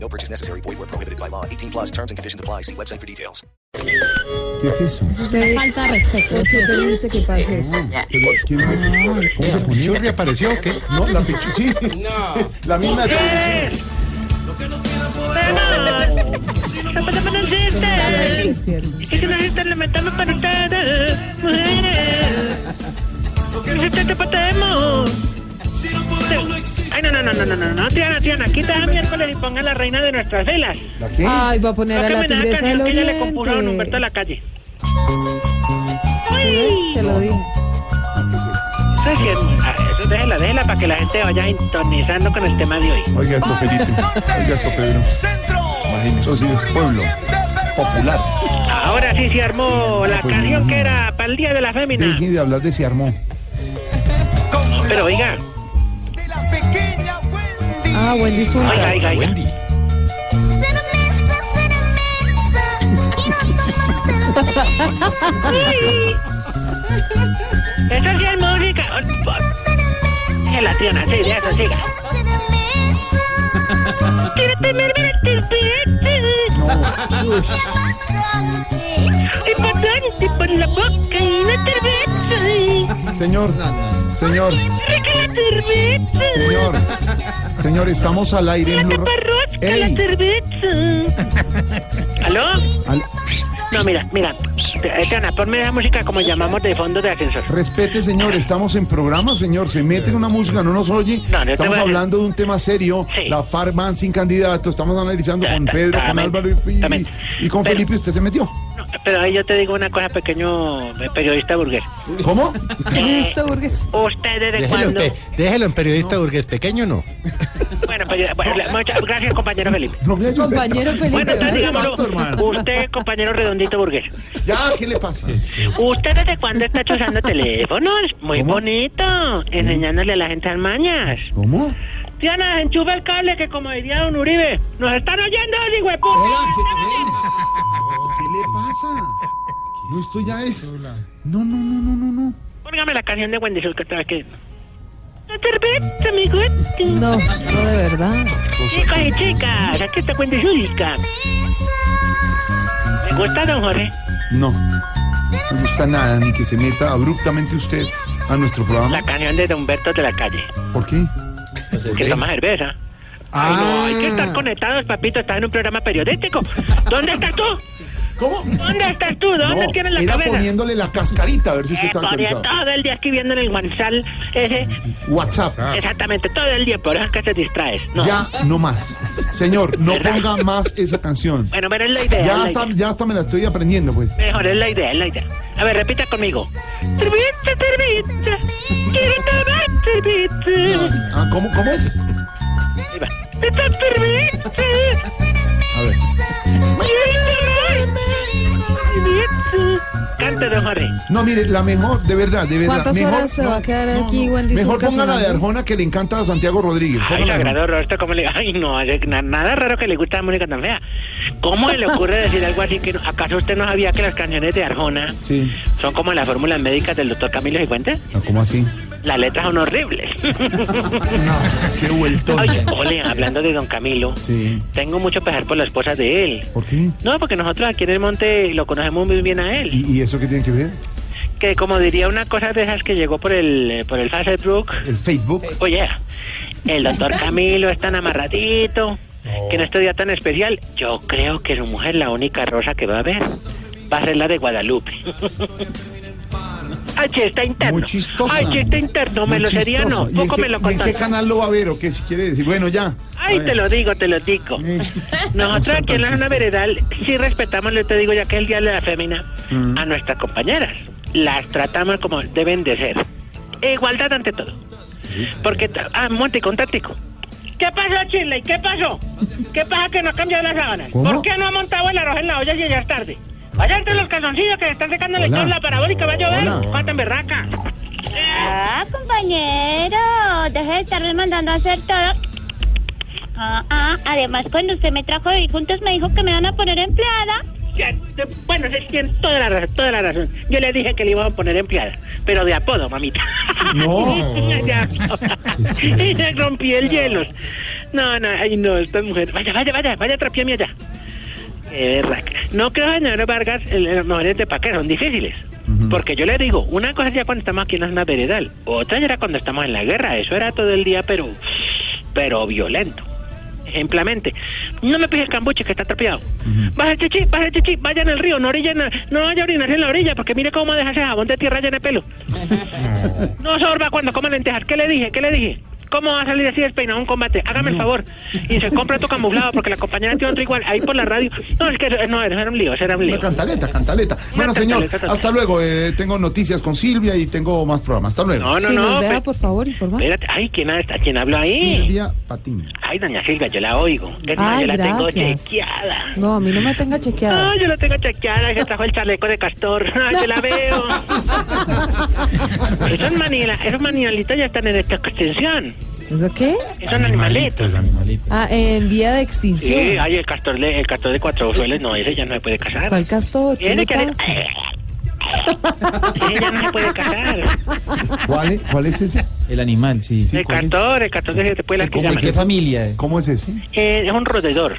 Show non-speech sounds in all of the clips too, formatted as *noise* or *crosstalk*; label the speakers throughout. Speaker 1: No purchase necessary. Void where prohibited by law. 18 plus terms and conditions apply. See website for details.
Speaker 2: ¿Qué es eso?
Speaker 3: Usted
Speaker 4: Falta de respeto. Ah,
Speaker 3: ¿qué te dice que pase eso.
Speaker 2: ¿Pero quién me- ¿Cómo se ponía?
Speaker 5: reapareció o qué?
Speaker 2: No, la pichu, sí. La misma.
Speaker 3: Delicioso.
Speaker 6: Es una gente le metamos para ustedes, mujeres. Nosotros te patemos. Ay, no, no, no, no, no, no, no, Tiana, Tiana, quita a miércoles y ponga la reina de nuestras velas.
Speaker 2: ¿La qué?
Speaker 4: Ah.
Speaker 3: Ay, va a poner a
Speaker 6: Tócame
Speaker 3: la
Speaker 6: la
Speaker 3: tigresa del
Speaker 6: canción que ella le compuso a don Humberto de
Speaker 3: oriente.
Speaker 6: la calle.
Speaker 3: Se lo dije.
Speaker 6: Eso es cierto. Ah, eso Déjela, déjela para que la gente vaya sintonizando con el tema de hoy.
Speaker 2: Oiga esto, Felipe. Oiga esto, Pedro. Imagínese. Eso sí es pueblo. Popular.
Speaker 6: Ahora sí se armó
Speaker 2: Ah,
Speaker 6: la
Speaker 2: pues
Speaker 6: canción que era para el Día de la Fémina.
Speaker 2: Dejen de hablar de si armó.
Speaker 6: Pero oiga,
Speaker 3: Ah, buen disfrute. *laughs*
Speaker 6: oiga, oiga, oiga. *laughs* Eso sí es música. Se la tiana, sí, de eso, siga. Y pasante por la boca y la cerveza.
Speaker 2: Señor, señor,
Speaker 6: Rica la cerveza.
Speaker 2: señor. Señor, estamos al aire en Blue Radio.
Speaker 6: Taparrosca
Speaker 2: Ey.
Speaker 6: la
Speaker 2: *laughs*
Speaker 6: cerveza. ¿Aló?
Speaker 2: Al-
Speaker 6: No, mira, mira. eh, Tiana, ponme la música como llamamos de fondo de ascensor.
Speaker 2: Respete, señor, estamos en programa, señor. Se mete en una música, no nos oye.
Speaker 6: No, no te
Speaker 2: Estamos
Speaker 6: vayas.
Speaker 2: hablando de un tema serio.
Speaker 6: Sí.
Speaker 2: La Farman sin candidato. Estamos analizando con
Speaker 6: Ta-
Speaker 2: Pedro, con
Speaker 6: también,
Speaker 2: Álvaro y-
Speaker 6: también.
Speaker 2: y, y con
Speaker 6: Pero-
Speaker 2: Felipe. Usted se metió.
Speaker 6: No, Pero ahí yo te digo una cosa, pequeño eh, periodista burgués. Eh,
Speaker 2: ¿Cómo?
Speaker 3: Esto, burgués.
Speaker 6: ¿Usted desde cuándo?
Speaker 5: Déjelo en periodista burgués pequeño, ¿no?
Speaker 6: Bueno, pero- bueno, le- muchas gracias, compañero Felipe.
Speaker 2: No me ayude.
Speaker 3: Compañero pues.
Speaker 6: Bueno,
Speaker 3: Felipe.
Speaker 6: entonces
Speaker 3: ¿vale?
Speaker 6: digámoslo.
Speaker 2: tanto, hermano.
Speaker 6: Usted, compañero redondito burgués.
Speaker 2: Ya, ¿qué le pasa?
Speaker 6: ¿Usted desde cuándo está usando teléfonos? Muy
Speaker 2: ¿Cómo?
Speaker 6: bonito. Enseñándole a la gente mañas.
Speaker 2: ¿Cómo?
Speaker 6: Diana, enchufa el cable que como diría don Uribe, nos están oyendo,
Speaker 2: Hola,
Speaker 6: el hueputa.
Speaker 2: ¿qué, qué le pasa? No, esto ya es. No, no, no, no, no, no.
Speaker 6: Póngame la canción de Wendy Sul que estaba aquí. La cerveza, mi gusto.
Speaker 3: No, no, de verdad.
Speaker 6: Chicos y chicas, aquí está Wendy Zulka. ¿Me gusta, don Jorge?
Speaker 2: No. No me gusta nada, ni que se meta abruptamente usted a nuestro
Speaker 6: La
Speaker 2: programa.
Speaker 6: canción de Don Humberto de la calle,
Speaker 2: ¿Por qué?
Speaker 6: que toma cerveza. Ay, no, hay que
Speaker 2: Ah.
Speaker 6: estar conectados, papito, estás en un programa periodístico. ¿Dónde estás tú?
Speaker 2: ¿Cómo?
Speaker 6: ¿Dónde estás tú? ¿Dónde
Speaker 2: No,
Speaker 6: tienes la
Speaker 2: era
Speaker 6: cabeza?
Speaker 2: poniéndole la cascarita a ver si usted
Speaker 6: Eh,
Speaker 2: está
Speaker 6: ponía
Speaker 2: actualizado.
Speaker 6: todo el día escribiendo en el guanzal ese,
Speaker 2: WhatsApp.
Speaker 6: exactamente, todo el día, por eso es que te distraes. No.
Speaker 2: Ah. Ya no más. Señor, no ponga más esa canción.
Speaker 6: Bueno, pero es la idea. es
Speaker 2: Ya
Speaker 6: la
Speaker 2: hasta,
Speaker 6: idea.
Speaker 2: ya hasta me la estoy aprendiendo, pues.
Speaker 6: Mejor es la idea, es la idea. A ver, repita conmigo. Cerveza, cerveza. Quiero tomar cerveza.
Speaker 2: Ah, ¿cómo, ¿Cómo es?
Speaker 6: Ahí va. Esta cerveza.
Speaker 2: A ver.
Speaker 6: Quiero tomar cerveza. Canta, don Jorge.
Speaker 2: No, mire, la mejor, de verdad, de verdad.
Speaker 3: ¿Cuántas
Speaker 2: mejor,
Speaker 3: horas se va a quedar aquí, Wendy
Speaker 2: Mejor
Speaker 3: Zulka,
Speaker 2: ponga la de
Speaker 3: sonando?
Speaker 2: Arjona que le encanta a Santiago Rodríguez.
Speaker 6: Ay,
Speaker 2: Póngala.
Speaker 6: sagrado rostro, ¿cómo le.? Ay, no, es na- nada raro que le gusta la música tan fea. ¿Cómo se le ocurre decir algo así? que no- ¿Acaso usted no sabía que las canciones de Arjona
Speaker 2: Sí.
Speaker 6: son como las fórmulas médicas del doctor Camilo Cifuentes?
Speaker 2: Ah, ¿Cómo así?
Speaker 6: Las letras son horribles.
Speaker 2: Qué vueltón.
Speaker 6: Oye, ole, hablando de don Camilo,
Speaker 2: Sí.
Speaker 6: tengo mucho pesar por la esposa de él.
Speaker 2: ¿Por qué?
Speaker 6: No, porque nosotros aquí en el monte lo conocemos muy bien a él.
Speaker 2: ¿Y, y eso qué tiene que ver?
Speaker 6: Que como diría una cosa de esas que llegó por el eh, por el Facebook,
Speaker 2: ¿El Facebook?
Speaker 6: oye, el doctor Camilo es tan amarradito, que en este día tan especial, yo creo que su mujer la única rosa que va a ver va a ser la
Speaker 2: *laughs*
Speaker 6: de Guadalupe. Ay, está interno.
Speaker 2: Muy chistosa.
Speaker 6: Ay, está interno, me
Speaker 2: Muy
Speaker 6: lo sería no,
Speaker 2: chistoso. ¿Y en
Speaker 6: poco
Speaker 2: qué-
Speaker 6: me
Speaker 2: y
Speaker 6: lo
Speaker 2: ¿En qué
Speaker 6: contaron.
Speaker 2: canal lo va a ver o qué si quiere decir? Bueno, ya.
Speaker 6: Ay,
Speaker 2: A
Speaker 6: te
Speaker 2: ver.
Speaker 6: lo digo, te lo digo.
Speaker 2: Eh,
Speaker 6: Nosotros aquí en la
Speaker 2: Santa
Speaker 6: zona veredal sí respetamos, yo te digo, ya que es el Día de la Fémina,
Speaker 2: Mm.
Speaker 6: a nuestras compañeras. Las tratamos como deben de ser. Igualdad ante todo. Porque, ta- ah, Monte, contáctico. ¿Qué pasó, Chile? ¿Qué pasó? ¿Qué pasa que no ha cambiado las sábanas?
Speaker 2: ¿Cómo?
Speaker 6: ¿Por qué no ha montado el arroz en la olla y llegas tarde? Vaya entre los calzoncillos que se están secando
Speaker 2: Hola.
Speaker 6: la parabólica, va a llover.
Speaker 2: Hola.
Speaker 6: Cuánta berraca.
Speaker 4: Ah, compañero, deje de estarle mandando a hacer todo. Ah, ah, además cuando usted me trajo de juntos me dijo que me van a poner empleada.
Speaker 6: Ya, te- Bueno, sí, tiene toda la razón, toda la razón. Yo le dije que le íbamos a poner empleada, pero de apodo, mamita. *laughs*
Speaker 2: No.
Speaker 6: Ya. *laughs* y se rompí el hielo. No, no, ay, no, esta mujer. Vaya, vaya, vaya, vaya, trapeame allá. Qué berraca. No creo, señora Vargas, el- las mujeres de Paca son difíciles. Porque yo le digo, una cosa es ya cuando estamos aquí en la zona veredal, otra ya era cuando estamos en la guerra, eso era todo el día, pero pero violento. Ejemplamente, no me pises cambuche que está trapeado. Baja el chichi, baja el chichi, vaya en el río, no orilla, en la- no vaya a orinarse en la orilla, porque mire cómo deja ese jabón de tierra lleno de pelo. No sorba cuando coma lentejas. ¿Qué le dije? ¿Qué le dije? ¿Cómo va a salir así despeinado a un combate? Hágame el favor. Y se compra tu camuflado porque la compañera tiene otro igual. Ahí por la radio. No, es que eso- no, eso era un lío, eso era un lío.
Speaker 2: Una cantaleta, cantaleta. Bueno, señor,
Speaker 6: cantaleta también.
Speaker 2: hasta luego. eh, tengo noticias con Silvia y tengo más programas. Hasta luego.
Speaker 6: No, no,
Speaker 3: Si nos pues.
Speaker 6: no.
Speaker 3: deja,
Speaker 6: pero-
Speaker 3: por favor, informar.
Speaker 6: Espérate, ay, ¿quién, ha- quién habló ahí?
Speaker 2: Silvia Patín.
Speaker 6: Ay, doña Silvia, yo la oigo. Es más,
Speaker 3: Ay,
Speaker 6: yo la tengo
Speaker 3: gracias.
Speaker 6: chequeada.
Speaker 3: No, a mí no me tenga chequeada.
Speaker 6: No, Ah, yo la tengo chequeada, se trajo el chaleco de castor. *laughs* Ay, yo la veo.
Speaker 2: *laughs*
Speaker 6: esos, manila, esos manualitos ya están en esta extinción.
Speaker 3: ¿Eso qué?
Speaker 6: Son animalitos.
Speaker 3: Ah, en vía de
Speaker 6: Sí,
Speaker 3: extinción.
Speaker 6: ay, el castor, de, el castor de cuatro sueles, no, ese ya no se puede casar.
Speaker 3: ¿Cuál castor? ¿Qué
Speaker 6: Tiene
Speaker 3: le
Speaker 6: que hacer... Eh.
Speaker 3: pasa?
Speaker 6: *laughs* Ese ya no se puede casar.
Speaker 2: ¿Cuál es, cuál es ese?
Speaker 7: El animal, sí.
Speaker 2: Sí,
Speaker 6: El
Speaker 2: ¿cuál es?
Speaker 6: castor, el castor de siete puelas que
Speaker 7: ¿De
Speaker 6: llaman.
Speaker 7: qué familia?
Speaker 2: ¿Cómo es ese?
Speaker 6: Eh, es un roedor.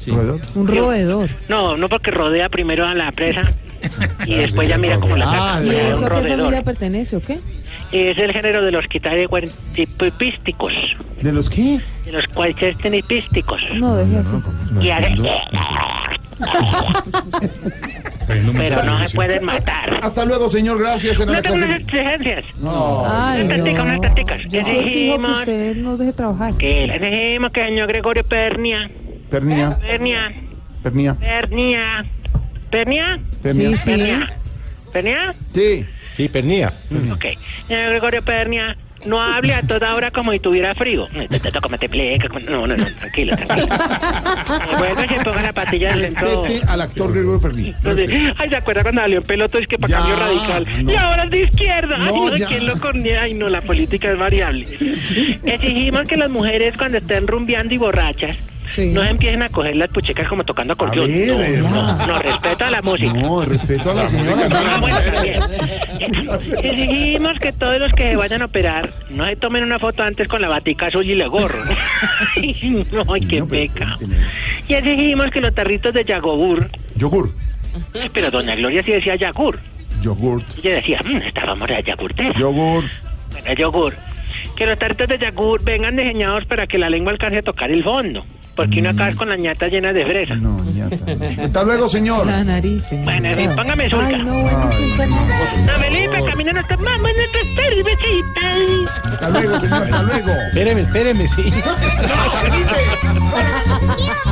Speaker 7: Sí.
Speaker 2: roedor?
Speaker 3: Un roedor.
Speaker 6: No, no porque rodea primero a
Speaker 2: *laughs*
Speaker 6: la presa y después ya mira cómo la
Speaker 2: Ah,
Speaker 6: saca.
Speaker 3: ¿Y
Speaker 2: Roedor,
Speaker 3: eso a qué familia
Speaker 6: roedor.
Speaker 3: pertenece o qué?
Speaker 6: Es el género de los quitareguartipísticos,
Speaker 2: ¿De los qué?
Speaker 6: de los cualchestenipísticos.
Speaker 3: No, deje así.
Speaker 6: Y hace- *laughs* Pero no se pueden matar.
Speaker 2: Hasta luego, señor. Gracias. En
Speaker 6: Ah, No
Speaker 2: la
Speaker 6: tengo
Speaker 2: clase-
Speaker 6: unas exigencias.
Speaker 2: No.
Speaker 3: Ay,
Speaker 6: Unas tácticas, unas
Speaker 3: no.
Speaker 6: tácticas.
Speaker 3: Yo sí exijo que
Speaker 6: Exigimos-
Speaker 3: usted nos deje trabajar.
Speaker 6: Que le dijimos que el señor Gregorio Pernia.
Speaker 2: Pernía,
Speaker 6: Pernia.
Speaker 2: pernía,
Speaker 6: Pernia. Pernia.
Speaker 2: pernía.
Speaker 3: Sí, sí.
Speaker 6: Pernia.
Speaker 2: Sí.
Speaker 5: Sí, pernía.
Speaker 6: Ok. Señor Gregorio Pernia, no hable a toda hora como si tuviera frío. Te te toco, me te pleca. No, no, no. Tranquilo, tranquilo. *laughs* Vuelve que ponga la patilla del lento.
Speaker 2: Respete al actor Gregorio Pernía.
Speaker 6: Entonces, ay, ¿se acuerda cuando salió en peloto? Es que para
Speaker 2: Ya,
Speaker 6: cambio radical.
Speaker 2: no.
Speaker 6: Y ahora es de izquierda. Ay,
Speaker 2: No,
Speaker 6: no,
Speaker 2: ya.
Speaker 6: ¿quién lo condena? Ay, no, la política es variable.
Speaker 2: *laughs*
Speaker 6: Exigimos que las mujeres cuando estén rumbeando y borrachas,
Speaker 3: Sí.
Speaker 6: no se empiecen a coger las puchecas como tocando acordeón.
Speaker 2: A ver,
Speaker 6: no,
Speaker 2: hermano.
Speaker 6: no, no, respeto a la música.
Speaker 2: No, respeto a la
Speaker 6: Ah, bueno,
Speaker 2: señora. *laughs*
Speaker 6: también. Exigimos que todos los que se vayan a operar no se tomen una foto antes con la batica azul y la
Speaker 2: *laughs*
Speaker 6: gorro. *laughs* Ay, no, ay, qué
Speaker 2: No, pero-
Speaker 6: peca. Y exigimos que los tarritos de Yagobur,
Speaker 2: Yogur.
Speaker 6: Eh, pero doña Gloria sí decía Yagur.
Speaker 2: Yogurt.
Speaker 6: Ella decía, "Mm, esta famosa yagurtera.
Speaker 2: Yogur.
Speaker 6: Bueno, yogur. Que los tarritos de yogur vengan diseñados para que la lengua alcance a tocar el fondo. Porque uno acaba con la ñata llena de fresa.
Speaker 2: No, ñata. no. Hasta luego, señor.
Speaker 3: La nariz. señor.
Speaker 6: Bueno, en fin, póngame surca.
Speaker 3: Ay, no, bueno, surca no.
Speaker 6: Don Felipe, caminando hasta mamá en nuestra cervecita.
Speaker 2: Hasta luego, señor. Hasta luego.
Speaker 5: Espéreme, espéreme, sí.
Speaker 4: Quiero